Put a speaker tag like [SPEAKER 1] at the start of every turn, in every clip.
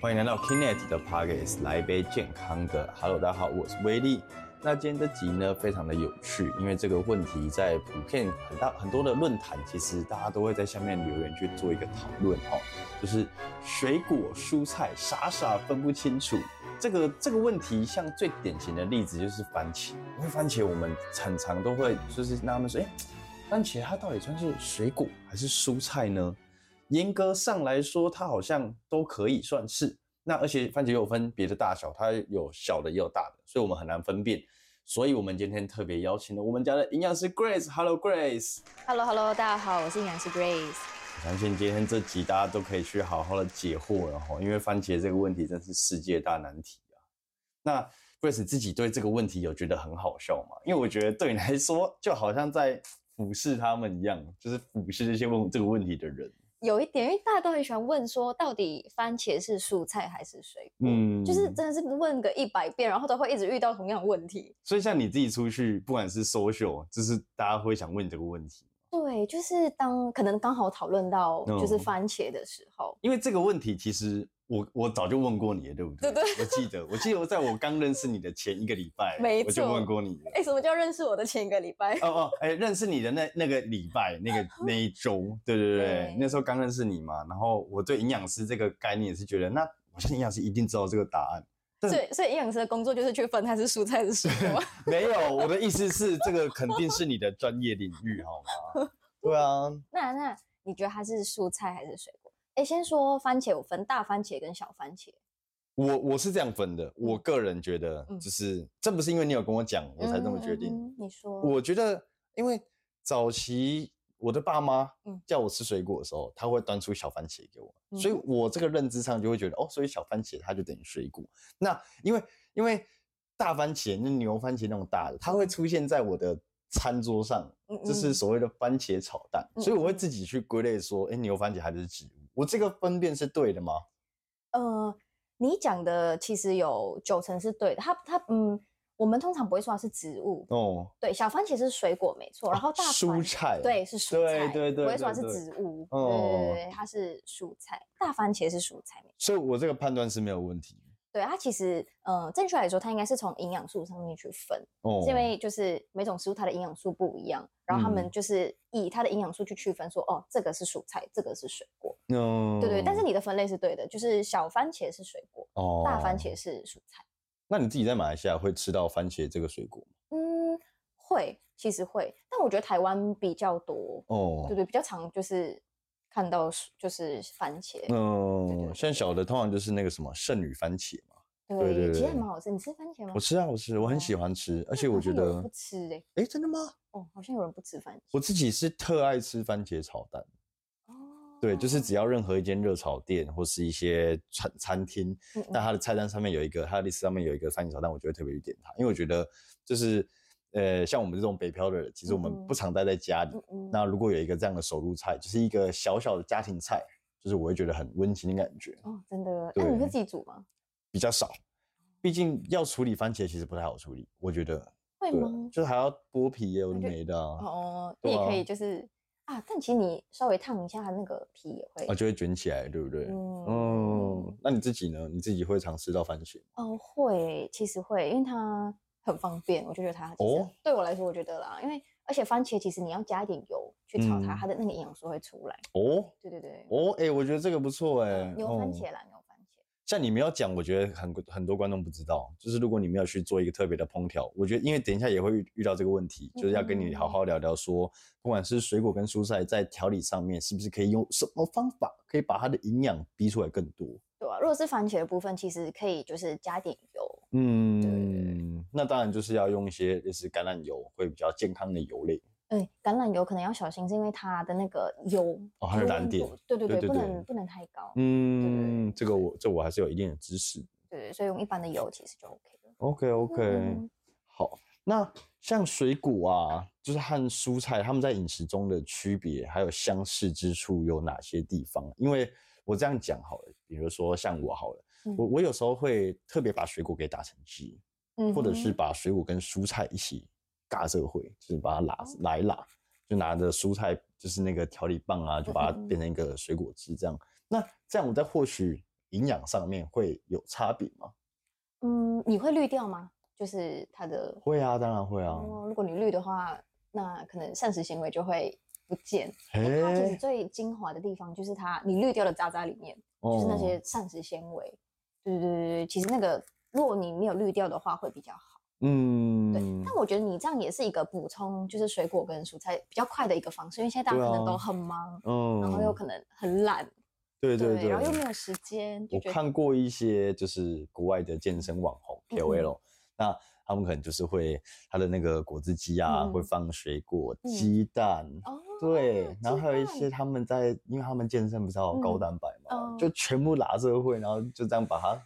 [SPEAKER 1] 欢迎来到 Kinet 的 Pockets，来一杯健康的。Hello，大家好，我是威力。那今天这集呢，非常的有趣，因为这个问题在普遍很大很多的论坛，其实大家都会在下面留言去做一个讨论哦，就是水果蔬菜傻傻分不清楚。这个这个问题，像最典型的例子就是番茄，因为番茄我们常常都会就是纳闷说，哎、番茄它到底算是水果还是蔬菜呢？严格上来说，它好像都可以算是。那而且番茄有分别的大小，它有小的也有大的，所以我们很难分辨。所以我们今天特别邀请了我们家的营养师 Grace，Hello Grace。
[SPEAKER 2] Hello Hello，大家好，我是营养师 Grace。
[SPEAKER 1] 我相信今天这集大家都可以去好好的解惑了哈，因为番茄这个问题真是世界大难题啊。那 Grace 自己对这个问题有觉得很好笑吗？因为我觉得对你来说，就好像在俯视他们一样，就是俯视这些问这个问题的人。
[SPEAKER 2] 有一点，因为大家都很喜欢问说，到底番茄是蔬菜还是水果？
[SPEAKER 1] 嗯
[SPEAKER 2] 就是真的是问个一百遍，然后都会一直遇到同样的问题。
[SPEAKER 1] 所以像你自己出去，不管是 social，就是大家会想问你这个问题，
[SPEAKER 2] 对，就是当可能刚好讨论到
[SPEAKER 1] 嗯
[SPEAKER 2] 就是番茄的时候，
[SPEAKER 1] 因为这个问题其实我我早就问过你了，对不对？
[SPEAKER 2] 对
[SPEAKER 1] 我记得，我记得我在我刚认识你的前一个礼拜，
[SPEAKER 2] 没
[SPEAKER 1] 我就
[SPEAKER 2] 错
[SPEAKER 1] 问过你了。
[SPEAKER 2] 哎、什么叫认识我的前一个礼拜？
[SPEAKER 1] 哦哦，哎、认识你的那那个礼拜， 那个那一周，对对对，
[SPEAKER 2] 对
[SPEAKER 1] 那时候刚认识你嘛，然后我对营养师这个概念是觉得，那我相信营养师一定知道这个答案。但
[SPEAKER 2] 所以所以营养师的工作就是去分它是蔬菜还是水 果。
[SPEAKER 1] 没有，我的意思是，这个肯定是你的专业领域，好吗？对啊，
[SPEAKER 2] 那那你觉得它是蔬菜还是水果？哎、先说番茄，我分大番茄跟小番茄。
[SPEAKER 1] 我我是这样分的，我个人觉得
[SPEAKER 2] 嗯
[SPEAKER 1] 就是、这不是因为你有跟我讲我才这么决定。
[SPEAKER 2] 嗯嗯嗯你说，
[SPEAKER 1] 我觉得因为早期我的爸妈
[SPEAKER 2] 嗯
[SPEAKER 1] 叫我吃水果的时候，他会端出小番茄给我，
[SPEAKER 2] 嗯
[SPEAKER 1] 所以我这个认知上就会觉得哦，所以小番茄它就等于水果。那因为因为大番茄那牛番茄那种大的，它会出现在我的餐桌上，
[SPEAKER 2] 嗯
[SPEAKER 1] 这是所谓的番茄炒蛋，
[SPEAKER 2] 嗯
[SPEAKER 1] 所以我会自己去归类说，哎、牛番茄还是植物？我这个分辨是对的吗？
[SPEAKER 2] 呃，你讲的其实有九成是对的。它它嗯，我们通常不会说它是植物，
[SPEAKER 1] 哦，
[SPEAKER 2] 对，小番茄是水果没错，然后大番
[SPEAKER 1] 蔬菜，
[SPEAKER 2] 对是蔬菜，
[SPEAKER 1] 对对对
[SPEAKER 2] 不会说它
[SPEAKER 1] 对
[SPEAKER 2] 是
[SPEAKER 1] 对
[SPEAKER 2] 植物，对
[SPEAKER 1] 哦
[SPEAKER 2] 对对对，它是蔬菜，大番茄是蔬菜没错。
[SPEAKER 1] 所以我这个判断是没有问题。
[SPEAKER 2] 对它其实，呃，正确来说，它应该是从营养素上面去分，
[SPEAKER 1] 哦
[SPEAKER 2] 是因为就是每种食物它的营养素不一样，然后他
[SPEAKER 1] 嗯
[SPEAKER 2] 们就是以它的营养素去区分说，哦，这个是蔬菜，这个是水果，
[SPEAKER 1] 嗯
[SPEAKER 2] 对对。但是你的分类是对的，就是小番茄是水果，
[SPEAKER 1] 哦
[SPEAKER 2] 大番茄是蔬菜。
[SPEAKER 1] 那你自己在马来西亚会吃到番茄这个水果吗？
[SPEAKER 2] 嗯，会，其实会，但我觉得台湾比较多，
[SPEAKER 1] 哦
[SPEAKER 2] 对，对，比较常就是看到是就是番茄，对对
[SPEAKER 1] 嗯，
[SPEAKER 2] 对
[SPEAKER 1] 像小的通常就是那个什么圣女番茄嘛，对对
[SPEAKER 2] 其实还
[SPEAKER 1] 对
[SPEAKER 2] 蛮好吃。你吃番茄吗
[SPEAKER 1] 我？吃啊，我吃，我
[SPEAKER 2] 哦
[SPEAKER 1] 很喜欢吃，而且
[SPEAKER 2] 好
[SPEAKER 1] 我觉
[SPEAKER 2] 像有人
[SPEAKER 1] 得
[SPEAKER 2] 不，吃诶、
[SPEAKER 1] 哎，真的吗？
[SPEAKER 2] 哦，好像有人不吃番茄
[SPEAKER 1] 我自己是特爱吃番茄炒蛋，
[SPEAKER 2] 哦，
[SPEAKER 1] 对，就是只要任何一间热炒店或是一些餐餐厅，
[SPEAKER 2] 嗯
[SPEAKER 1] 那
[SPEAKER 2] 嗯
[SPEAKER 1] 它的菜单上面有一个，它的 list 上面有一个番茄炒蛋，我就会特别去点它，因为我觉得就是，呃，像我们这种北漂的人，其实我们
[SPEAKER 2] 嗯
[SPEAKER 1] 不常待在家里，
[SPEAKER 2] 嗯嗯，
[SPEAKER 1] 那如果有一个这样的手入菜，就是一个小小的家庭菜，就是我会觉得很温馨的感觉，
[SPEAKER 2] 哦，真的，那、你
[SPEAKER 1] 对
[SPEAKER 2] 会自己煮吗？
[SPEAKER 1] 比较少。毕竟要处理番茄其实不太好处理，我觉得，
[SPEAKER 2] 会
[SPEAKER 1] 对
[SPEAKER 2] 吗
[SPEAKER 1] 啊，？就是还要剥皮也有
[SPEAKER 2] 那就
[SPEAKER 1] 没的啊，
[SPEAKER 2] 哦，
[SPEAKER 1] 对
[SPEAKER 2] 你也
[SPEAKER 1] 啊
[SPEAKER 2] 可以就是啊，但其实你稍微烫一下它那个皮也会
[SPEAKER 1] 啊，就会卷起来，对不对？
[SPEAKER 2] 嗯
[SPEAKER 1] 嗯，那你自己呢？你自己会常吃到番茄吗？
[SPEAKER 2] 哦，会，其实会，因为它很方便，我就觉得它其实
[SPEAKER 1] 哦
[SPEAKER 2] 对我来说，我觉得啦，因为而且番茄其实你要加一点油去炒它，
[SPEAKER 1] 嗯
[SPEAKER 2] 它的那个营养素会出来。
[SPEAKER 1] 哦
[SPEAKER 2] 对对对，
[SPEAKER 1] 哦，哎、我觉得这个不错哎、
[SPEAKER 2] 嗯牛番
[SPEAKER 1] 哦
[SPEAKER 2] 茄啦，牛番茄，
[SPEAKER 1] 像你没有讲，我觉得很很多观众不知道，就是如果你没有去做一个特别的烹调，我觉得因为等一下也会遇遇到这个问题，就是要跟你好好聊聊说，不管是水果跟蔬菜在调理上面，是不是可以用什么方法可以把它的营养逼出来更多？
[SPEAKER 2] 对啊，如果是番茄的部分，其实可以就是加点油。
[SPEAKER 1] 嗯，那当然就是要用一些类似橄榄油，会比较健康的油类。
[SPEAKER 2] 哎、橄榄油可能要小心，是因为它的那个油
[SPEAKER 1] 哦它的燃
[SPEAKER 2] 温
[SPEAKER 1] 点
[SPEAKER 2] 度对对
[SPEAKER 1] 对对
[SPEAKER 2] 对，不
[SPEAKER 1] 对
[SPEAKER 2] 能不能太高，
[SPEAKER 1] 嗯，这个我这我还是有一定的知识。
[SPEAKER 2] 对对，所以用一般的油其实就 OK 了。
[SPEAKER 1] OK OK，、
[SPEAKER 2] 嗯
[SPEAKER 1] 好，那像水果啊，就是和蔬菜，它们在饮食中的区别，还有相似之处有哪些地方？因为我这样讲好了，比如说像我好了，
[SPEAKER 2] 嗯
[SPEAKER 1] 我我有时候会特别把水果给打成汁，
[SPEAKER 2] 嗯
[SPEAKER 1] 或者
[SPEAKER 2] 哼
[SPEAKER 1] 是把水果跟蔬菜一起嘎这会，就是把它
[SPEAKER 2] 哦
[SPEAKER 1] 拉来拉，就拿着蔬
[SPEAKER 2] 嗯
[SPEAKER 1] 菜就是那个调理棒啊，就把它变成一个水果汁这样。那这样我在获取营养上面会有差别吗？
[SPEAKER 2] 嗯，你会滤掉吗？就是它的，
[SPEAKER 1] 会啊，当然会啊。
[SPEAKER 2] 哦，如果你滤的话，那可能膳食行为就会不见。
[SPEAKER 1] 嘿，
[SPEAKER 2] 它就是最精华的地方，就是它你滤掉的渣渣里面，就是那
[SPEAKER 1] 哦
[SPEAKER 2] 些膳食纤维。对对对对对，其实那个如果你没有滤掉的话，会比较好。
[SPEAKER 1] 嗯，
[SPEAKER 2] 对，但我觉得你这样也是一个补充，就是水果跟蔬菜比较快的一个方式，因为现在大家
[SPEAKER 1] 对
[SPEAKER 2] 可能
[SPEAKER 1] 啊
[SPEAKER 2] 都很忙，
[SPEAKER 1] 嗯，
[SPEAKER 2] 然后又可能很懒，
[SPEAKER 1] 对对对，
[SPEAKER 2] 然后又没有时间，就
[SPEAKER 1] 我
[SPEAKER 2] 觉得
[SPEAKER 1] 看过一些就是国外的健身网红
[SPEAKER 2] 嗯哼
[SPEAKER 1] KOL，、那他们可能就是会他的那个果汁机啊，
[SPEAKER 2] 嗯
[SPEAKER 1] 会放水果、
[SPEAKER 2] 嗯
[SPEAKER 1] 鸡蛋，
[SPEAKER 2] 哦，
[SPEAKER 1] 对，然后还有一
[SPEAKER 2] 鸡
[SPEAKER 1] 些
[SPEAKER 2] 蛋
[SPEAKER 1] 他们在，因为他们健身不是要有高
[SPEAKER 2] 嗯
[SPEAKER 1] 蛋白嘛，
[SPEAKER 2] 哦
[SPEAKER 1] 就全部拿这个会，然后就这样把它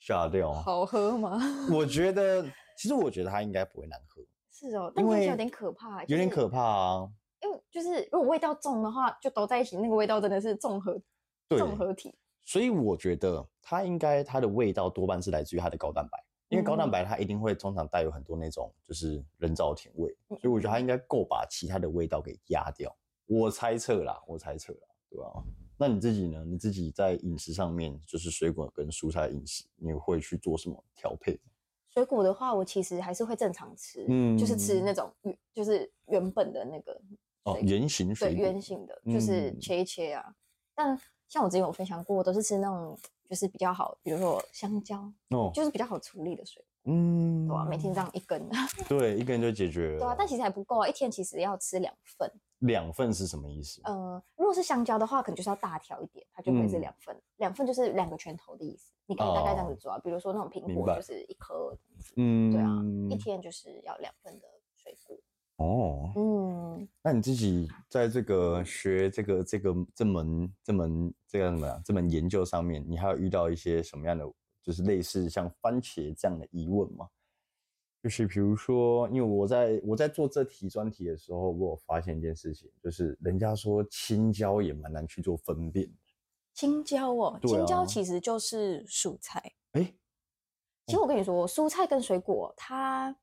[SPEAKER 1] 下掉。
[SPEAKER 2] 好喝吗？
[SPEAKER 1] 我觉得，其实我觉得它应该不会难喝，
[SPEAKER 2] 是哦，但
[SPEAKER 1] 因
[SPEAKER 2] 听起来
[SPEAKER 1] 为
[SPEAKER 2] 有点可怕，
[SPEAKER 1] 有点
[SPEAKER 2] 就是
[SPEAKER 1] 可怕啊。
[SPEAKER 2] 因为就是如果味道重的话，就都在一起，那个味道真的是综合
[SPEAKER 1] 对，
[SPEAKER 2] 综合体。
[SPEAKER 1] 所以我觉得它应该它的味道多半是来自于它的高蛋白，因为高蛋
[SPEAKER 2] 嗯
[SPEAKER 1] 白它一定会通常带有很多那种就是人造甜味，
[SPEAKER 2] 嗯
[SPEAKER 1] 所以我觉得它应该够把其他的味道给压掉。我猜测啦，我猜测啦，对吧、那你自己呢？你自己在饮食上面，就是水果跟蔬菜的饮食，你会去做什么调配？
[SPEAKER 2] 水果的话，我其实还是会正常吃，就是吃
[SPEAKER 1] 嗯
[SPEAKER 2] 那种原就是原本的那个
[SPEAKER 1] 哦，
[SPEAKER 2] 水果
[SPEAKER 1] 圆形
[SPEAKER 2] 对
[SPEAKER 1] 水果
[SPEAKER 2] 圆，形的，就是
[SPEAKER 1] 嗯
[SPEAKER 2] 切一切啊。但像我之前有分享过，我都是吃那种就是比较好，比如说香蕉，
[SPEAKER 1] 哦，
[SPEAKER 2] 就是比较好处理的水
[SPEAKER 1] 嗯
[SPEAKER 2] 果，啊，每天这样一根，
[SPEAKER 1] 对一根就解决了。
[SPEAKER 2] 对啊，但其实还不够啊，一天其实要吃两份。
[SPEAKER 1] 两份是什么意思？
[SPEAKER 2] 嗯，如果是香蕉的话，可能就是要大条一点，它就会是
[SPEAKER 1] 嗯
[SPEAKER 2] 两份，两份就是两个拳头的意思。你可以大概这样子啊
[SPEAKER 1] 哦
[SPEAKER 2] 抓，比如说那种苹
[SPEAKER 1] 明
[SPEAKER 2] 果
[SPEAKER 1] 白
[SPEAKER 2] 就是一颗这样子，
[SPEAKER 1] 嗯，
[SPEAKER 2] 对啊，一天就是要两份的水果。
[SPEAKER 1] 哦，
[SPEAKER 2] 嗯，
[SPEAKER 1] 那你自己在这个学这个这个这门这门这个什么呀？啊这门研究上面，你还有遇到一些什么样的，就是类似像番茄这样的疑问吗？就是比如说，因为我在我在做这题专题的时候，我有发现一件事情，就是人家说青椒也蛮难去做分辨。
[SPEAKER 2] 青椒哦，
[SPEAKER 1] 对
[SPEAKER 2] 青
[SPEAKER 1] 啊
[SPEAKER 2] 椒其实就是蔬菜。
[SPEAKER 1] 哎，嗯
[SPEAKER 2] 其实我跟你说，蔬菜跟水果它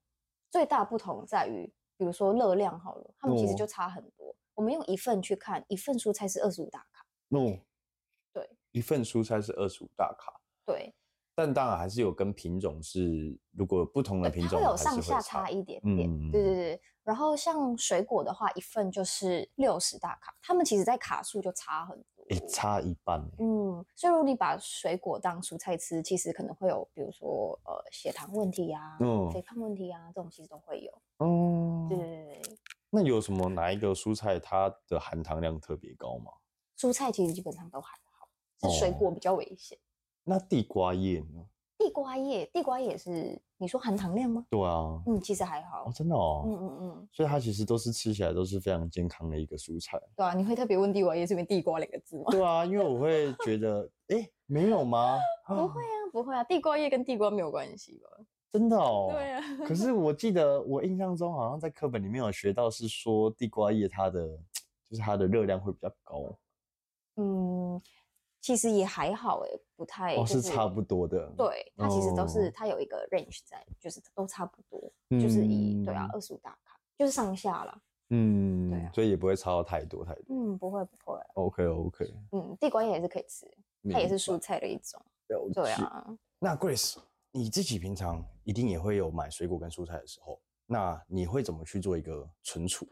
[SPEAKER 2] 最大不同在于，比如说热量好了，它们其实
[SPEAKER 1] 哦
[SPEAKER 2] 就差很多。我们用一份去看，一份蔬菜是二十五大卡，
[SPEAKER 1] no，
[SPEAKER 2] 对，
[SPEAKER 1] 一份蔬菜是二十五大卡，
[SPEAKER 2] 对，
[SPEAKER 1] 但当然还是有跟品种是，如果不同的
[SPEAKER 2] 对
[SPEAKER 1] 品
[SPEAKER 2] 它
[SPEAKER 1] 种
[SPEAKER 2] 会有
[SPEAKER 1] 还是
[SPEAKER 2] 上
[SPEAKER 1] 会
[SPEAKER 2] 下
[SPEAKER 1] 差
[SPEAKER 2] 差一点点。对
[SPEAKER 1] 嗯
[SPEAKER 2] 对对。然后像水果的话，一份就是六十大卡，它们其实在卡数就差很多。
[SPEAKER 1] 诶差一半欸、
[SPEAKER 2] 嗯，所以如果你把水果当蔬菜吃，其实可能会有，比如说呃血糖问题呀、
[SPEAKER 1] 嗯
[SPEAKER 2] 肥胖问题呀、这种其实都会有。
[SPEAKER 1] 哦
[SPEAKER 2] 对对对对，
[SPEAKER 1] 那有什么哪一个蔬菜它的含糖量特别高吗？
[SPEAKER 2] 蔬菜其实基本上都还好，是水
[SPEAKER 1] 哦
[SPEAKER 2] 果比较危险。
[SPEAKER 1] 那地瓜叶呢？
[SPEAKER 2] 地瓜叶，地瓜叶是你说含糖量吗？
[SPEAKER 1] 对啊，
[SPEAKER 2] 嗯，其实还好
[SPEAKER 1] 哦，。真的哦，
[SPEAKER 2] 嗯嗯嗯，
[SPEAKER 1] 所以它其实都是吃起来都是非常健康的一个蔬 菜。
[SPEAKER 2] 对啊，你会特别问地瓜叶这边“地瓜”两个字吗？
[SPEAKER 1] 对啊，因为我会觉得，诶，没有吗？
[SPEAKER 2] 不会，啊，不会啊，地瓜叶跟地瓜没有关系吧？
[SPEAKER 1] 真的哦。
[SPEAKER 2] 对啊，
[SPEAKER 1] 可是我记得我印象中好像在课本里面有学到，是说地瓜叶它的就是它的热量会比较高，
[SPEAKER 2] 嗯，其实也还好诶，不太
[SPEAKER 1] 哦，
[SPEAKER 2] 就是
[SPEAKER 1] 差不多的。
[SPEAKER 2] 对，它其实都是、
[SPEAKER 1] 哦
[SPEAKER 2] 它有一个 range 在，就是都差不多，
[SPEAKER 1] 嗯，
[SPEAKER 2] 就是以对啊，二十五大卡就是上下啦。
[SPEAKER 1] 嗯，
[SPEAKER 2] 对啊
[SPEAKER 1] 所以也不会差到太多太多。
[SPEAKER 2] 嗯，不会不会，
[SPEAKER 1] OK OK，
[SPEAKER 2] 嗯，地瓜叶也是可以吃，它也是蔬菜的一种。
[SPEAKER 1] 了
[SPEAKER 2] 对
[SPEAKER 1] 解
[SPEAKER 2] 啊，
[SPEAKER 1] 那 Grace，你自己平常一定也会有买水果跟蔬菜的时候，那你会怎么去做一个存储？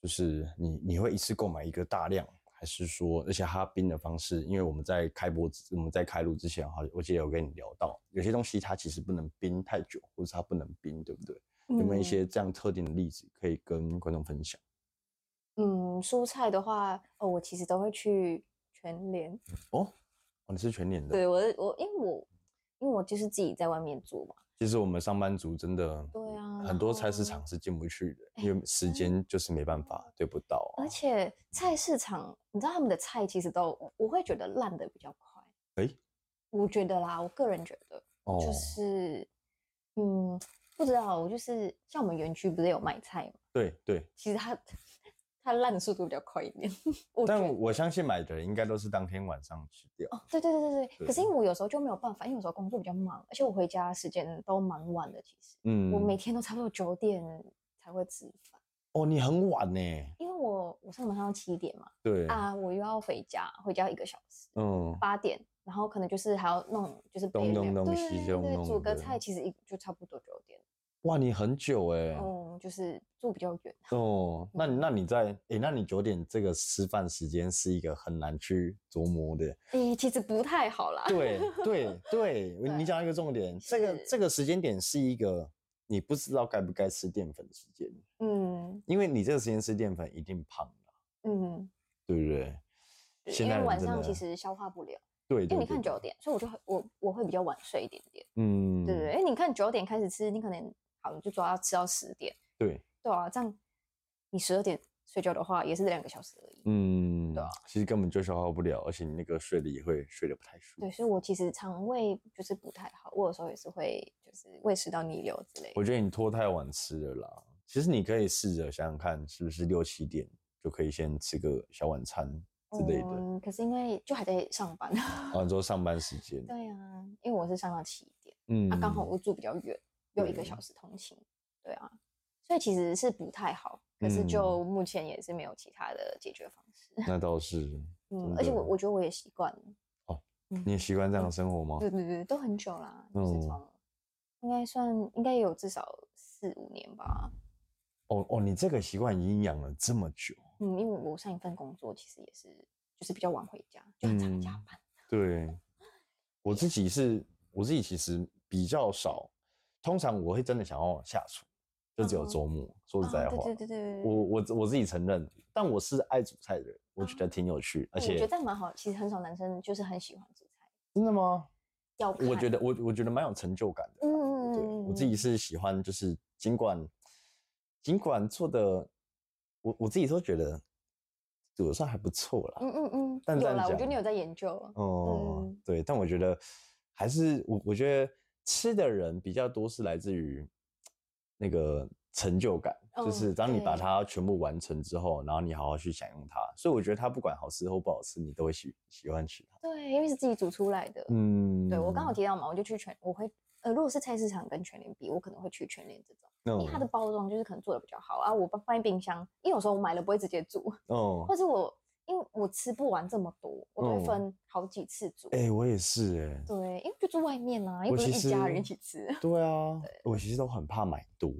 [SPEAKER 1] 就是你你会一次购买一个大量，还是说，而且它冰的方式，因为我们在开播之，我们在开录之前哈，我记得有跟你聊到，有些东西它其实不能冰太久，或者它不能冰，对不对？有没有一
[SPEAKER 2] 嗯
[SPEAKER 1] 些这样特定的例子可以跟观众分享？
[SPEAKER 2] 嗯，蔬菜的话，哦，我其实都会去全联。
[SPEAKER 1] 哦，哦你是全年的，
[SPEAKER 2] 对我是，我因为我因为我就是自己在外面做嘛，
[SPEAKER 1] 其实我们上班族真的，
[SPEAKER 2] 对啊
[SPEAKER 1] 很多
[SPEAKER 2] 然
[SPEAKER 1] 菜市
[SPEAKER 2] 后
[SPEAKER 1] 场是进不去的，
[SPEAKER 2] 哎
[SPEAKER 1] 因为时
[SPEAKER 2] 真的
[SPEAKER 1] 间就是没办法对不到啊、
[SPEAKER 2] 而且菜市场，你知道他们的菜其实都，我我会觉得烂的比较快。
[SPEAKER 1] 诶
[SPEAKER 2] 我觉得啦，我个人觉得
[SPEAKER 1] 哦，
[SPEAKER 2] 就是，嗯，不知道，我就是像我们园区不是有卖菜嘛，
[SPEAKER 1] 对对，
[SPEAKER 2] 其实它它烂的速度比较快一点。 我觉
[SPEAKER 1] 但
[SPEAKER 2] 得
[SPEAKER 1] 我相信买的人应该都是当天晚上吃掉。
[SPEAKER 2] 哦，对对对对对。可是
[SPEAKER 1] 对
[SPEAKER 2] 因为我有时候就没有办法，因为有时候工作比较忙，而且我回家时间都蛮晚的。其实、
[SPEAKER 1] 嗯，
[SPEAKER 2] 我每天都差不多九点才会吃饭，
[SPEAKER 1] 哦，你很晚呢，
[SPEAKER 2] 因为我我上班上到七点嘛，
[SPEAKER 1] 对，
[SPEAKER 2] 啊，我又要回家，回家一个小时，
[SPEAKER 1] 嗯，
[SPEAKER 2] 八点然后可能就是还要弄，就是
[SPEAKER 1] 东
[SPEAKER 2] 备料
[SPEAKER 1] 弄弄
[SPEAKER 2] 对
[SPEAKER 1] 西
[SPEAKER 2] 对
[SPEAKER 1] 弄
[SPEAKER 2] 对
[SPEAKER 1] 弄
[SPEAKER 2] 煮个
[SPEAKER 1] 的
[SPEAKER 2] 菜其实一就差不多九点，
[SPEAKER 1] 哇，你很久哎、
[SPEAKER 2] 嗯，就是住比较远，
[SPEAKER 1] 哦，那你
[SPEAKER 2] 嗯
[SPEAKER 1] 那你在哎、那你九点这个吃饭时间是一个很难去琢磨 的。
[SPEAKER 2] 诶、其实不太好啦，
[SPEAKER 1] 对对对，我你
[SPEAKER 2] 对
[SPEAKER 1] 讲到一个重点，这个
[SPEAKER 2] 是
[SPEAKER 1] 这个时间点是一个你不知道该不该吃淀粉的时间，
[SPEAKER 2] 嗯
[SPEAKER 1] 因为你这个时间吃淀粉一定胖的，
[SPEAKER 2] 嗯，
[SPEAKER 1] 对不对？
[SPEAKER 2] 对
[SPEAKER 1] 现
[SPEAKER 2] 因
[SPEAKER 1] 代
[SPEAKER 2] 为
[SPEAKER 1] 人
[SPEAKER 2] 晚
[SPEAKER 1] 真
[SPEAKER 2] 上
[SPEAKER 1] 的
[SPEAKER 2] 其实消化不了，
[SPEAKER 1] 对，
[SPEAKER 2] 因
[SPEAKER 1] 对
[SPEAKER 2] 为你看，九
[SPEAKER 1] 对
[SPEAKER 2] 点，所以我就会我我会比较晚睡一点点，
[SPEAKER 1] 嗯，
[SPEAKER 2] 对对对，哎、你看九点开始吃，你可能好你就主要吃到十点，
[SPEAKER 1] 对，
[SPEAKER 2] 对啊，这样你十二点睡觉的话也是两个小时而已，
[SPEAKER 1] 嗯，
[SPEAKER 2] 对啊
[SPEAKER 1] 其实根本就消化不了，而且你那个睡的也会睡得不太舒服
[SPEAKER 2] 对，。所以我其实肠胃就是不太好，我有时候也是会就是胃食道逆流之类的。
[SPEAKER 1] 我觉得你拖太晚吃了啦。其实你可以试着想想看，是不是六七点就可以先吃个小晚餐之类的。
[SPEAKER 2] 嗯，可是因为就还在上班。
[SPEAKER 1] 啊，你说上班时间，
[SPEAKER 2] 对啊，因为我是上到七点，
[SPEAKER 1] 嗯
[SPEAKER 2] 那、啊刚好我住比较远，有一个
[SPEAKER 1] 对
[SPEAKER 2] 小时通勤。对啊，所以其实是不太好，可是就
[SPEAKER 1] 嗯
[SPEAKER 2] 目前也是没有其他的解决方式。
[SPEAKER 1] 那倒是，
[SPEAKER 2] 嗯
[SPEAKER 1] 真，
[SPEAKER 2] 而且
[SPEAKER 1] 的哦
[SPEAKER 2] 我我觉得我也习惯了。嗯
[SPEAKER 1] 你也习惯这样的生活吗？
[SPEAKER 2] 对对对，都很久啦，就是
[SPEAKER 1] 嗯
[SPEAKER 2] 从、应该算应该也有至少四五年吧。
[SPEAKER 1] 哦哦，你这个习惯已经养了这么久，
[SPEAKER 2] 嗯，因为我上一份工作其实也是，就是比较晚回家，就很常加
[SPEAKER 1] 嗯
[SPEAKER 2] 班。
[SPEAKER 1] 对。我自己是，我自己其实比较少，通常我会真的想要下厨，就只有
[SPEAKER 2] 嗯哼
[SPEAKER 1] 周末。说实在
[SPEAKER 2] 啊
[SPEAKER 1] 话，
[SPEAKER 2] 对对对对对，
[SPEAKER 1] 我我我自己承认，但我是爱煮菜的人，我觉
[SPEAKER 2] 哦
[SPEAKER 1] 得挺有趣，而
[SPEAKER 2] 对我觉
[SPEAKER 1] 且
[SPEAKER 2] 得这样蛮好，其实很少男生就是很喜欢煮菜。
[SPEAKER 1] 真的吗？
[SPEAKER 2] 要
[SPEAKER 1] 我
[SPEAKER 2] 看
[SPEAKER 1] 觉得我我觉得蛮有成就感的。
[SPEAKER 2] 嗯，
[SPEAKER 1] 对我自己是喜欢，就是尽管尽管做的，我我自己都觉得有时候还不错啦。
[SPEAKER 2] 嗯嗯嗯，
[SPEAKER 1] 但这
[SPEAKER 2] 有
[SPEAKER 1] 样
[SPEAKER 2] 啦，我觉得
[SPEAKER 1] 讲
[SPEAKER 2] 你有在研究啊。
[SPEAKER 1] 哦、
[SPEAKER 2] 嗯
[SPEAKER 1] 对，但我觉得还是我我觉得吃的人比较多是来自于那个成就感，就
[SPEAKER 2] 嗯
[SPEAKER 1] 是当你把
[SPEAKER 2] 对
[SPEAKER 1] 它全部完成之后，然后你好好去享用它，所以我觉得它不管好吃或不好吃，你都会喜喜欢吃它。
[SPEAKER 2] 对，因为是自己煮出来的。
[SPEAKER 1] 嗯，
[SPEAKER 2] 对我刚好提到嘛，我就去全，我会呃，如果是菜市场跟全联比，我可能会去全联这种，因为它的
[SPEAKER 1] 嗯
[SPEAKER 2] 包装就是可能做的比较好啊。我放放在冰箱，因为有时候我买了不会直接煮，
[SPEAKER 1] 哦，
[SPEAKER 2] 或者我因为我吃不完这么多，我都
[SPEAKER 1] 嗯
[SPEAKER 2] 会分好几次煮。
[SPEAKER 1] 哎、我也是哎、
[SPEAKER 2] 对，因为就住外面啊，又
[SPEAKER 1] 我
[SPEAKER 2] 不是
[SPEAKER 1] 其
[SPEAKER 2] 一
[SPEAKER 1] 实
[SPEAKER 2] 家人一起吃。
[SPEAKER 1] 对啊，我其实都很怕买多，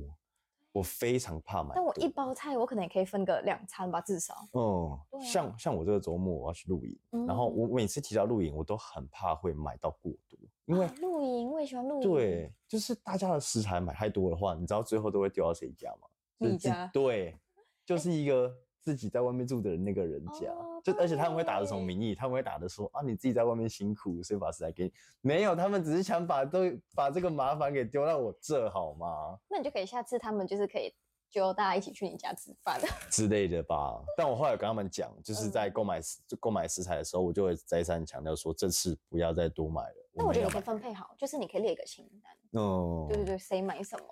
[SPEAKER 1] 我非常怕买多。
[SPEAKER 2] 但我一包菜，我可能也可以分个两餐吧，至少。
[SPEAKER 1] 哦、
[SPEAKER 2] 对啊
[SPEAKER 1] 像像我这个周末我要去露营，然
[SPEAKER 2] 嗯
[SPEAKER 1] 后我每次提到露营，我都很怕会买到过多，因为、
[SPEAKER 2] 啊露营，我也喜欢露营。，
[SPEAKER 1] 对，就是大家的食材买太多的话，你知道最后都会丢到谁家吗？就是
[SPEAKER 2] 你
[SPEAKER 1] 自
[SPEAKER 2] 家
[SPEAKER 1] 对，就是一个自己在外面住的人那个人家，
[SPEAKER 2] 哦
[SPEAKER 1] 就而且他们会打着什么
[SPEAKER 2] 对
[SPEAKER 1] 名义？他们会打着说啊，你自己在外面辛苦，所以把食材给你。没有，他们只是想把都把这个麻烦给丢到我这好吗？
[SPEAKER 2] 那你就可以下次他们就是可以揪大家一起去你家吃饭。
[SPEAKER 1] 之类的吧。但我后来有跟他们讲，就是
[SPEAKER 2] 嗯
[SPEAKER 1] 在购买食购买食材的时候，我就会再三强调说，这次不要再多买了。
[SPEAKER 2] 那我觉得
[SPEAKER 1] 们
[SPEAKER 2] 你
[SPEAKER 1] 要买，
[SPEAKER 2] 可以分配好，就是你可以列个清单，
[SPEAKER 1] 嗯，
[SPEAKER 2] 对对对，谁买什么，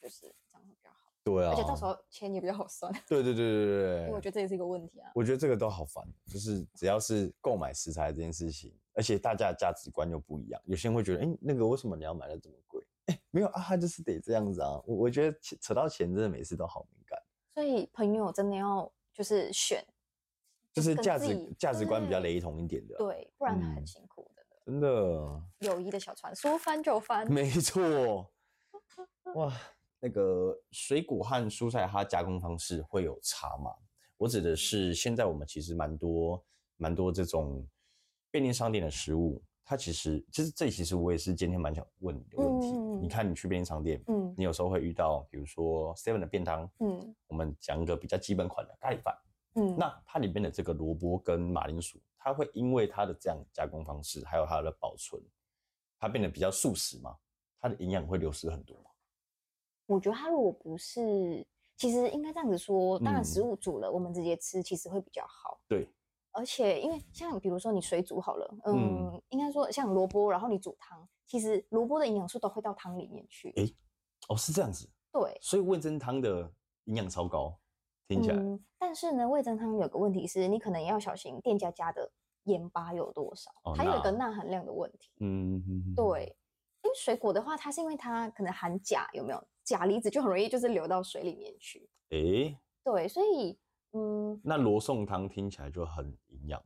[SPEAKER 2] 就是这样会比较好，
[SPEAKER 1] 对啊，
[SPEAKER 2] 而且到时候钱也比较好算，
[SPEAKER 1] 对对对对对
[SPEAKER 2] 因
[SPEAKER 1] 对，
[SPEAKER 2] 为我觉得这也是一个问题啊。
[SPEAKER 1] 我觉得这个都好烦，就是只要是购买食材这件事情，而且大家的价值观又不一样，有些人会觉得，哎、那个为什么你要买的这么贵？哎、没有啊，他就是得这样子啊。我我觉得扯扯到钱，真的每次都好敏感，
[SPEAKER 2] 所以朋友真的要就是选，
[SPEAKER 1] 就是
[SPEAKER 2] 跟
[SPEAKER 1] 价
[SPEAKER 2] 自
[SPEAKER 1] 值
[SPEAKER 2] 己
[SPEAKER 1] 价值观比较
[SPEAKER 2] 对
[SPEAKER 1] 雷同一点的啊，
[SPEAKER 2] 对，不然很
[SPEAKER 1] 嗯
[SPEAKER 2] 辛苦的。
[SPEAKER 1] 真的。
[SPEAKER 2] 友谊的小船说翻就 翻，
[SPEAKER 1] 没错，哇，那个水果和蔬菜它加工方式会有差吗？我指的是现在我们其实蛮多蛮多这种便利商店的食物，它其实其实这其实我也是今天蛮想问你的问题。
[SPEAKER 2] 嗯
[SPEAKER 1] 你看你去便利商店，
[SPEAKER 2] 嗯
[SPEAKER 1] 你有时候会遇到，比如说 Seven 的便当，
[SPEAKER 2] 嗯
[SPEAKER 1] 我们讲一个比较基本款的咖喱饭，
[SPEAKER 2] 嗯，
[SPEAKER 1] 那它里面的这个萝卜跟马铃薯，它会因为它的这样加工方式，还有它的保存，它变得比较素食嘛，它的营养会流失很多嘛。
[SPEAKER 2] 我觉得它如果不是，其实应该这样子说，当然食
[SPEAKER 1] 嗯
[SPEAKER 2] 物煮了，我们直接吃其实会比较好。
[SPEAKER 1] 对，
[SPEAKER 2] 而且因为像比如说你水煮好了，
[SPEAKER 1] 嗯
[SPEAKER 2] 嗯，应该说像萝卜，然后你煮汤，其实萝卜的营养素都会到汤里面去。
[SPEAKER 1] 诶哦，是这样子，
[SPEAKER 2] 对，
[SPEAKER 1] 所以味噌汤的营养超高，听起来，
[SPEAKER 2] 嗯，但是呢，味噌汤有个问题是，你可能要小心店家加的盐巴有多少，
[SPEAKER 1] 哦
[SPEAKER 2] 还有一个
[SPEAKER 1] 钠
[SPEAKER 2] 钠含量的问题。
[SPEAKER 1] 嗯，
[SPEAKER 2] 对，因为水果的话，它是因为它可能含钾，有没有？钾离子就很容易就是流到水里面去。
[SPEAKER 1] 诶、
[SPEAKER 2] 对，所以嗯，
[SPEAKER 1] 那罗宋汤听起来就很营养，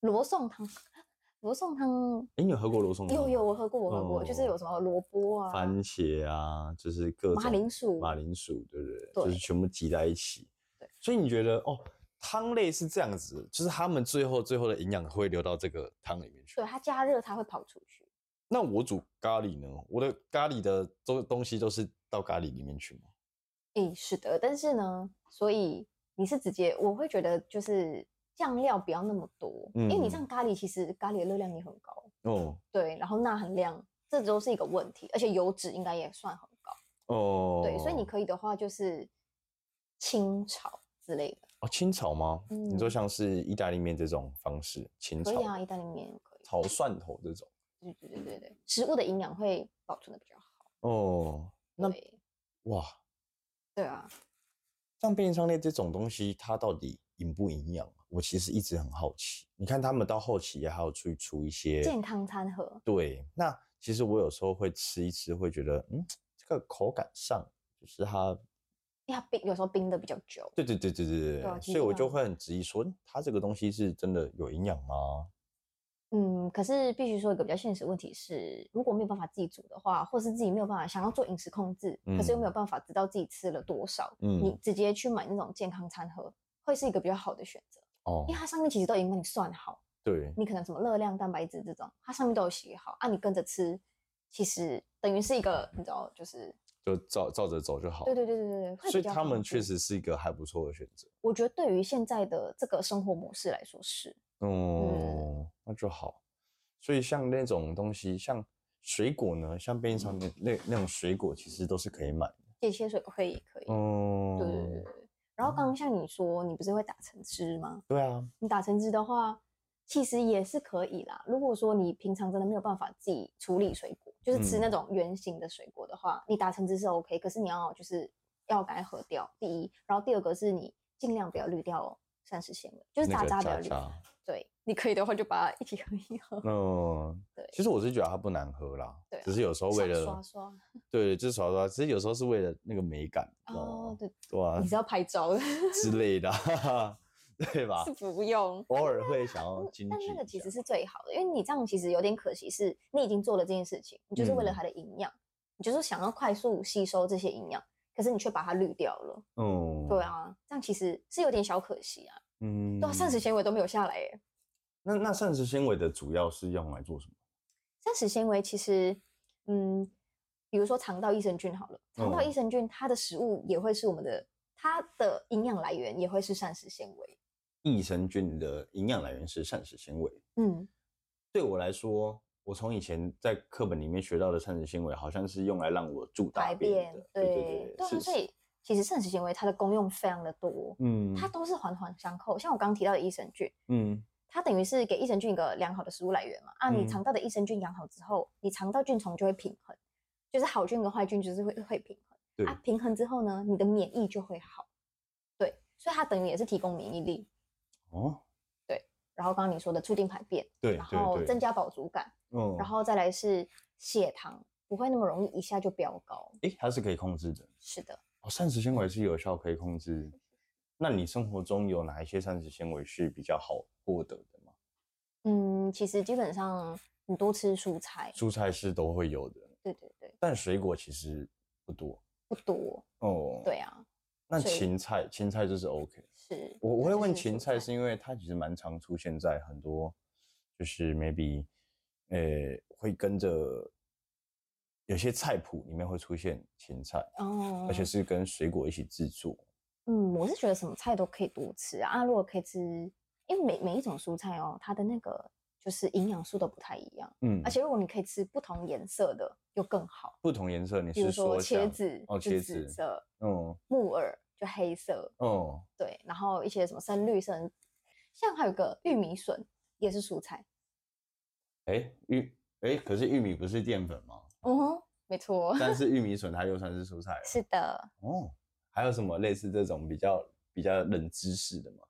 [SPEAKER 2] 罗宋汤， 罗宋汤
[SPEAKER 1] 哎，你有喝过罗宋汤吗？
[SPEAKER 2] 有有我喝过，我喝过，就是有什么萝卜啊、
[SPEAKER 1] 哦番茄啊，就是各种
[SPEAKER 2] 马铃薯
[SPEAKER 1] 马铃薯，对不对？
[SPEAKER 2] 对
[SPEAKER 1] 就是全部集在一起。
[SPEAKER 2] 对，
[SPEAKER 1] 所以你觉得哦，汤类是这样子，就是他们最后最后的营养会流到这个汤里面去
[SPEAKER 2] 对。它加热它会跑出去。
[SPEAKER 1] 那我煮咖喱呢？我的咖喱的东东西都是到咖喱里面去吗？
[SPEAKER 2] 诶，是的，但是呢，所以你是直接，我会觉得就是酱料不要那么多，因为你
[SPEAKER 1] 嗯
[SPEAKER 2] 像咖喱，其实咖喱的热量也很高，
[SPEAKER 1] 哦
[SPEAKER 2] 对，然后钠含量这都是一个问题，而且油脂应该也算很高，
[SPEAKER 1] 哦，
[SPEAKER 2] 对，所以你可以的话就是清炒之类的，
[SPEAKER 1] 哦清炒吗？你说
[SPEAKER 2] 嗯
[SPEAKER 1] 像是意大利面这种方式清
[SPEAKER 2] 可
[SPEAKER 1] 炒
[SPEAKER 2] 以，啊，意大利面也可以，
[SPEAKER 1] 炒蒜头这种
[SPEAKER 2] 对对对对对，食物的营养会保存的比较好，
[SPEAKER 1] 哦，那
[SPEAKER 2] 对
[SPEAKER 1] 哇，
[SPEAKER 2] 对啊，
[SPEAKER 1] 像便利商店这种东西，它到底营不营养？啊我其实一直很好奇。你看他们到后期也还有去出一些
[SPEAKER 2] 健康餐盒，
[SPEAKER 1] 对，那其实我有时候会吃一吃，会觉得嗯，这个口感上就是它，
[SPEAKER 2] 因为它冰有时候冰的比较久，
[SPEAKER 1] 对对对对对对，
[SPEAKER 2] 对啊其
[SPEAKER 1] 所以
[SPEAKER 2] 实
[SPEAKER 1] 我
[SPEAKER 2] 这
[SPEAKER 1] 就
[SPEAKER 2] 样
[SPEAKER 1] 会很质疑说，嗯它这个东西是真的有营养吗？
[SPEAKER 2] 嗯，可是必须说一个比较现实的问题是，如果没有办法自己煮的话，或是自己没有办法想要做饮食控制，可是又没有
[SPEAKER 1] 嗯
[SPEAKER 2] 办法知道自己吃了多少，你
[SPEAKER 1] 嗯，
[SPEAKER 2] 直接去买那种健康餐盒，会是一个比较好的选择，
[SPEAKER 1] 哦
[SPEAKER 2] 因为，它上面其实都已经帮你算好，
[SPEAKER 1] 对，
[SPEAKER 2] 你可能什么热量、蛋白质这种，它上面都有写好，啊，你跟着吃，其实等于是一个，你知道，就是
[SPEAKER 1] 就照照着走就好。
[SPEAKER 2] 对对对对对，会
[SPEAKER 1] 哦所以
[SPEAKER 2] 比较
[SPEAKER 1] 他们
[SPEAKER 2] 方
[SPEAKER 1] 确
[SPEAKER 2] 便，
[SPEAKER 1] 实是一个还不错的选择。
[SPEAKER 2] 我觉得对于现在的这个生活模式来说是，
[SPEAKER 1] 哦，那就好。所以像那种东西，像水果呢，像便利
[SPEAKER 2] 嗯
[SPEAKER 1] 商店那那种水果，其实都是可以买的。
[SPEAKER 2] 这些水可以可以，
[SPEAKER 1] 哦
[SPEAKER 2] 对对对对对。然后刚刚像你说，你不是会打成汁吗？
[SPEAKER 1] 对啊，
[SPEAKER 2] 你打成汁的话，其实也是可以啦。如果说你平常真的没有办法自己处理水果，就是吃那
[SPEAKER 1] 嗯
[SPEAKER 2] 种圆形的水果的话，你打成汁是 OK，可是你要就是要赶快喝掉，第一，然后第二个是你尽量不要滤掉膳食纤维，就是
[SPEAKER 1] 那
[SPEAKER 2] 渣
[SPEAKER 1] 个
[SPEAKER 2] 渣不要
[SPEAKER 1] 渣
[SPEAKER 2] 滤。
[SPEAKER 1] 渣。
[SPEAKER 2] 对，你可以的话就把它一起喝一喝。
[SPEAKER 1] 嗯，
[SPEAKER 2] 对
[SPEAKER 1] 其实我是觉得它不难喝啦，
[SPEAKER 2] 对啊
[SPEAKER 1] 只是有时候为
[SPEAKER 2] 少
[SPEAKER 1] 了
[SPEAKER 2] 刷刷
[SPEAKER 1] 对，就是耍刷，其实有时候是为了那个美感
[SPEAKER 2] 哦，，对，
[SPEAKER 1] 你知道吗
[SPEAKER 2] 你是
[SPEAKER 1] 对啊
[SPEAKER 2] 要拍照的，
[SPEAKER 1] 之类的， 哈哈对吧
[SPEAKER 2] 是？不用。
[SPEAKER 1] 偶尔会想 要
[SPEAKER 2] 嗯
[SPEAKER 1] 精
[SPEAKER 2] 但
[SPEAKER 1] 致
[SPEAKER 2] 那个
[SPEAKER 1] 一
[SPEAKER 2] 其
[SPEAKER 1] 下
[SPEAKER 2] 实是最好的，因为你这样其实有点可惜，是你已经做了这件事情，你就是为了
[SPEAKER 1] 嗯
[SPEAKER 2] 它的营养，你就是想要快速吸收这些营养，可是你却把它滤掉了。
[SPEAKER 1] 嗯，
[SPEAKER 2] 对，啊，这样其实是有点小可惜啊。
[SPEAKER 1] 嗯，
[SPEAKER 2] 对啊，膳食纤维都没有下来耶。
[SPEAKER 1] 那那膳食纤维的主要是用来做什么？
[SPEAKER 2] 膳食纤维其实，嗯，比如说肠道益生菌好了，肠道
[SPEAKER 1] 哦
[SPEAKER 2] 益生菌它的食物也会是我们的，它的营养来源也会是膳食纤维。
[SPEAKER 1] 益生菌的营养来源是膳食纤维。
[SPEAKER 2] 嗯，
[SPEAKER 1] 对我来说，我从以前在课本里面学到的膳食纤维，好像是用来让我助大
[SPEAKER 2] 排
[SPEAKER 1] 便
[SPEAKER 2] 便
[SPEAKER 1] 的。，
[SPEAKER 2] 对
[SPEAKER 1] 对
[SPEAKER 2] 对啊，
[SPEAKER 1] 是
[SPEAKER 2] 所以其实膳食纤维它的功用非常的多。
[SPEAKER 1] 嗯
[SPEAKER 2] 它都是环环相扣。像我刚刚提到的益生菌，
[SPEAKER 1] 嗯
[SPEAKER 2] 它等于是给益生菌一个良好的食物来源嘛。啊，你
[SPEAKER 1] 嗯
[SPEAKER 2] 肠道的益生菌养好之后，你肠道菌虫就会平衡，就是好菌跟坏菌就是会会平
[SPEAKER 1] 对
[SPEAKER 2] 衡。啊，平衡之后呢，你的免疫就会好。对，所以它等于也是提供免疫力。
[SPEAKER 1] 哦
[SPEAKER 2] 然后刚刚你说的促进排便，
[SPEAKER 1] 对
[SPEAKER 2] 然后
[SPEAKER 1] 对
[SPEAKER 2] 增
[SPEAKER 1] 对，
[SPEAKER 2] 加饱足感，
[SPEAKER 1] 嗯
[SPEAKER 2] 然后再来是血糖不会那么容易一下就飙高。
[SPEAKER 1] 诶，它是可以控制的。
[SPEAKER 2] 是的，
[SPEAKER 1] 哦，膳食纤维是有效可以控制。那你生活中有哪一些膳食纤维是比较好获得的吗？
[SPEAKER 2] 嗯，其实基本上你多吃蔬菜，
[SPEAKER 1] 蔬菜是都会有的，
[SPEAKER 2] 对对对，
[SPEAKER 1] 但水果其实不多
[SPEAKER 2] 不多，
[SPEAKER 1] 哦。，
[SPEAKER 2] 对啊，
[SPEAKER 1] 那
[SPEAKER 2] 所以
[SPEAKER 1] 芹菜，芹菜就是 OK。
[SPEAKER 2] 是。
[SPEAKER 1] 我我
[SPEAKER 2] 它
[SPEAKER 1] 会
[SPEAKER 2] 就
[SPEAKER 1] 问
[SPEAKER 2] 是
[SPEAKER 1] 芹
[SPEAKER 2] 蔬
[SPEAKER 1] 菜，是因为它其实蛮常出现在很多，就是 maybe，呃，会跟着有些菜谱里面会出现芹菜，
[SPEAKER 2] 哦，
[SPEAKER 1] 而且是跟水果一起制作。
[SPEAKER 2] 嗯，我是觉得什么菜都可以多吃啊。啊如果可以吃，因为每每一种蔬菜哦，它的那个就是营养素都不太一样，
[SPEAKER 1] 嗯，
[SPEAKER 2] 而且如果你可以吃不同颜色的，又更好。
[SPEAKER 1] 不同颜色，你
[SPEAKER 2] 比如
[SPEAKER 1] 是
[SPEAKER 2] 说茄
[SPEAKER 1] 像，
[SPEAKER 2] 子
[SPEAKER 1] 哦
[SPEAKER 2] 就
[SPEAKER 1] 茄
[SPEAKER 2] 紫
[SPEAKER 1] 子
[SPEAKER 2] 色，
[SPEAKER 1] 嗯
[SPEAKER 2] 木耳就黑色，
[SPEAKER 1] 哦，
[SPEAKER 2] 对，然后一些什么深绿色，像还有一个玉米笋也是蔬菜。
[SPEAKER 1] 哎玉哎，可是玉米不是淀粉吗？
[SPEAKER 2] 嗯哼，没错，
[SPEAKER 1] 但是玉米笋它又算是蔬菜了
[SPEAKER 2] 是的。
[SPEAKER 1] 哦。还有什么类似这种比较比较冷知识的吗？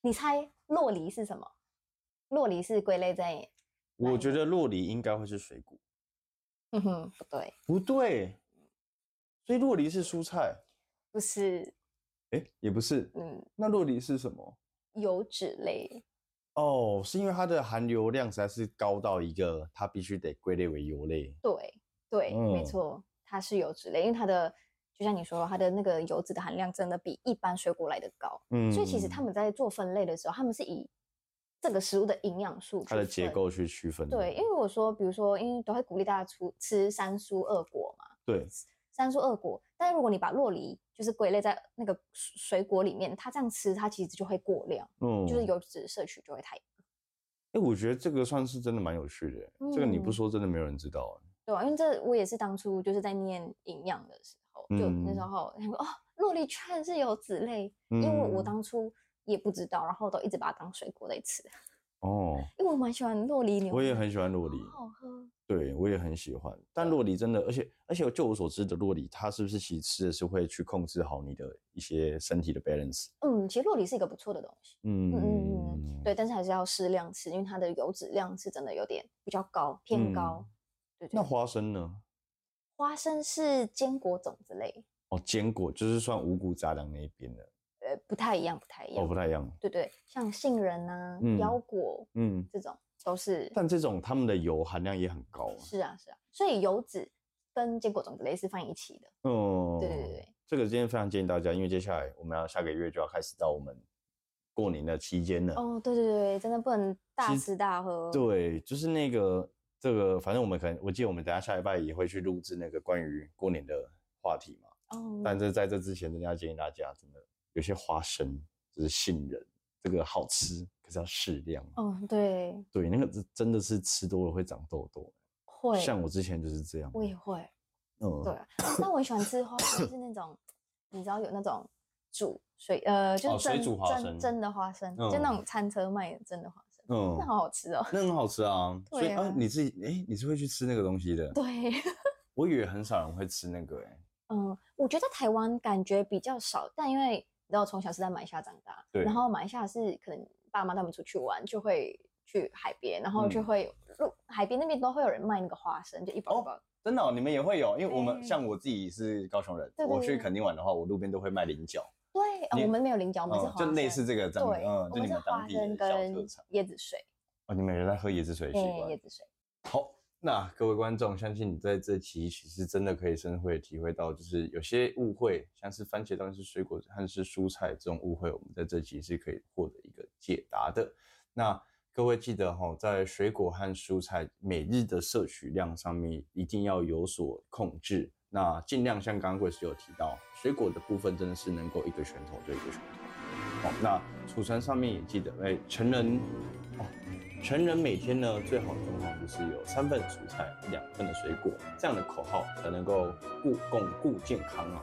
[SPEAKER 2] 你猜洛梨是什么？洛梨是归类在，哎
[SPEAKER 1] 我觉得洛梨应该会是水果，
[SPEAKER 2] 嗯哼，不对，
[SPEAKER 1] 不对，所以洛梨是蔬菜，
[SPEAKER 2] 不是，
[SPEAKER 1] 哎，也不是。
[SPEAKER 2] 嗯，
[SPEAKER 1] 那洛梨是什么？
[SPEAKER 2] 油脂类。
[SPEAKER 1] 哦，是因为它的含油量实在是高到一个，它必须得归类为油类。
[SPEAKER 2] 对对，没
[SPEAKER 1] 嗯
[SPEAKER 2] 错，它是油脂类，因为它的就像你说的，它的那个油脂的含量真的比一般水果来的高，
[SPEAKER 1] 嗯
[SPEAKER 2] 所以其实他
[SPEAKER 1] 嗯
[SPEAKER 2] 们在做分类的时候，他们是以这个食物的营养素
[SPEAKER 1] 它的
[SPEAKER 2] 去
[SPEAKER 1] 结
[SPEAKER 2] 分。
[SPEAKER 1] 构嗯去区分的。
[SPEAKER 2] 对，因为我说，比如说，因为都会鼓励大家出吃三蔬二果嘛，
[SPEAKER 1] 对，
[SPEAKER 2] 三蔬二果。但如果你把洛梨就是归类在那个水水果里面，它这样吃，它其实就会过量，
[SPEAKER 1] 嗯，
[SPEAKER 2] 就是油脂摄取就会太
[SPEAKER 1] 哎、我觉得这个算是真的蛮有趣的欸、这个你不
[SPEAKER 2] 嗯
[SPEAKER 1] 说，真的没有人知道、
[SPEAKER 2] 对啊，因为这我也是当初就是在念营养的时候，就那时
[SPEAKER 1] 嗯
[SPEAKER 2] 候他说哦，洛丽居然是有籽类，
[SPEAKER 1] 欸。
[SPEAKER 2] 因为我
[SPEAKER 1] 嗯
[SPEAKER 2] 当初也不知道，然后都一直把它当水果类吃，
[SPEAKER 1] 哦，
[SPEAKER 2] 因为我蛮喜欢洛梨牛奶，
[SPEAKER 1] 我也很喜欢洛梨，
[SPEAKER 2] 好好喝，
[SPEAKER 1] 对我也很喜欢。但洛梨真的，而且而且就我所知的洛梨，它是不是其实吃的是会去控制好你的一些身体的 balance？
[SPEAKER 2] 嗯，其实洛梨是一个不错的东西，
[SPEAKER 1] 嗯
[SPEAKER 2] 嗯嗯嗯，对，但是还是要适量吃，因为它的油脂量是真的有点比较高，偏高，对对
[SPEAKER 1] 嗯那。花生呢？
[SPEAKER 2] 花生是坚果种子类，
[SPEAKER 1] 哦，坚果就是算五谷杂粮那一边的，
[SPEAKER 2] 呃，不太一样，不太一
[SPEAKER 1] 哦，
[SPEAKER 2] 样，
[SPEAKER 1] 不太一样。
[SPEAKER 2] 对对，像杏仁啊、
[SPEAKER 1] 嗯
[SPEAKER 2] 腰果
[SPEAKER 1] 嗯，
[SPEAKER 2] 这种都是，
[SPEAKER 1] 但这种它们的油含量也很高啊。
[SPEAKER 2] 是啊，是啊，所以油脂跟坚果种子类是放一起的。
[SPEAKER 1] 哦，
[SPEAKER 2] 对对对对，
[SPEAKER 1] 这个今天非常建议大家，因为接下来我们要下个月就要开始到我们过年的期间了。
[SPEAKER 2] 哦，对对对，真的不能大
[SPEAKER 1] 其实
[SPEAKER 2] 吃大喝。
[SPEAKER 1] 对，就是那个这个，反正我们可能，我记得我们等一下下礼拜也会去录制那个关于过年的话题嘛。
[SPEAKER 2] 哦，
[SPEAKER 1] 但是在这之前，真的要建议大家，真的有些花生就是杏仁，这个好吃，可是要适量。
[SPEAKER 2] 哦，对，
[SPEAKER 1] 对，那个真真的是吃多了会长痘痘，
[SPEAKER 2] 会，
[SPEAKER 1] 像我之前就是这样。
[SPEAKER 2] 我也会。
[SPEAKER 1] 嗯，
[SPEAKER 2] 对，啊，那我喜欢吃花生，就是那种你知道有那种煮水呃，就
[SPEAKER 1] 哦
[SPEAKER 2] 是
[SPEAKER 1] 水
[SPEAKER 2] 蒸
[SPEAKER 1] 煮花生
[SPEAKER 2] 蒸蒸的花生，嗯就那种餐车卖的蒸的花生，
[SPEAKER 1] 嗯
[SPEAKER 2] 那，好好吃哦。
[SPEAKER 1] 那很好吃啊。所以
[SPEAKER 2] 对
[SPEAKER 1] 啊
[SPEAKER 2] 啊，
[SPEAKER 1] 你自己哎、你是会去吃那个东西的？
[SPEAKER 2] 对，
[SPEAKER 1] 我以为很少人会吃那个哎、
[SPEAKER 2] 嗯，我觉得在台湾感觉比较少，但因为你知道，我从小是在马来西亚长大，
[SPEAKER 1] 对
[SPEAKER 2] 然后马来西亚是可能爸妈带我们出去玩，就会去海边，然后就
[SPEAKER 1] 嗯
[SPEAKER 2] 会路、海边那边都会有人卖那个花生，就一包
[SPEAKER 1] 哦
[SPEAKER 2] 一包。
[SPEAKER 1] 真的哦、你们也会有，因为我们
[SPEAKER 2] 对
[SPEAKER 1] 像我自己是高雄人，
[SPEAKER 2] 对对
[SPEAKER 1] 我去
[SPEAKER 2] 对
[SPEAKER 1] 垦丁玩的话，我路边都会卖菱角，
[SPEAKER 2] 对、呃
[SPEAKER 1] 你
[SPEAKER 2] 我们没有菱角，我们是
[SPEAKER 1] 嗯
[SPEAKER 2] 花
[SPEAKER 1] 就
[SPEAKER 2] 生，
[SPEAKER 1] 类似这个当地，
[SPEAKER 2] 对，
[SPEAKER 1] 嗯，
[SPEAKER 2] 我
[SPEAKER 1] 就你
[SPEAKER 2] 们是
[SPEAKER 1] 们当
[SPEAKER 2] 花
[SPEAKER 1] 地的
[SPEAKER 2] 生
[SPEAKER 1] 小特
[SPEAKER 2] 跟
[SPEAKER 1] 产。
[SPEAKER 2] 椰子水，
[SPEAKER 1] 哦，你们有在喝椰子水的啊
[SPEAKER 2] 对，
[SPEAKER 1] 习惯
[SPEAKER 2] 椰。子水，
[SPEAKER 1] 好，那各位观众，相信你在这期其实真的可以深会体会到，就是有些误会，像是番茄当然是水果和是蔬菜这种误会，我们在这期是可以获得一个解答的。那各位记得哈、在水果和蔬菜每日的摄取量上面一定要有所控制。那尽量像刚刚贵师有提到，水果的部分真的是能够一个拳头对一个拳头。好，哦那储存上面也记得，哎，成人哦，成人每天呢最好的状况就是有三份蔬菜，两份的水果，这样的口号才能够顾巩固健康啊。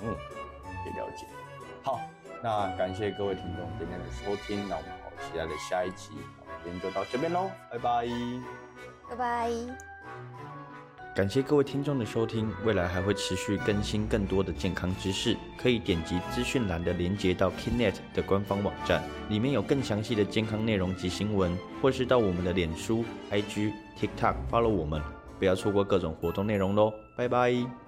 [SPEAKER 1] 嗯，也了解。好，那感谢各位听众今天的收听，那我们好期待的下一集，那我们今天就到这边喽，拜拜。
[SPEAKER 2] 拜拜。
[SPEAKER 1] 感谢各位听众的收听，未来还会持续更新更多的健康知识，可以点击资讯栏的连接到 Kinet 的官方网站，里面有更详细的健康内容及新闻，或是到我们的脸书、IG、TikTok follow 我们，不要错过各种活动内容喽，拜拜。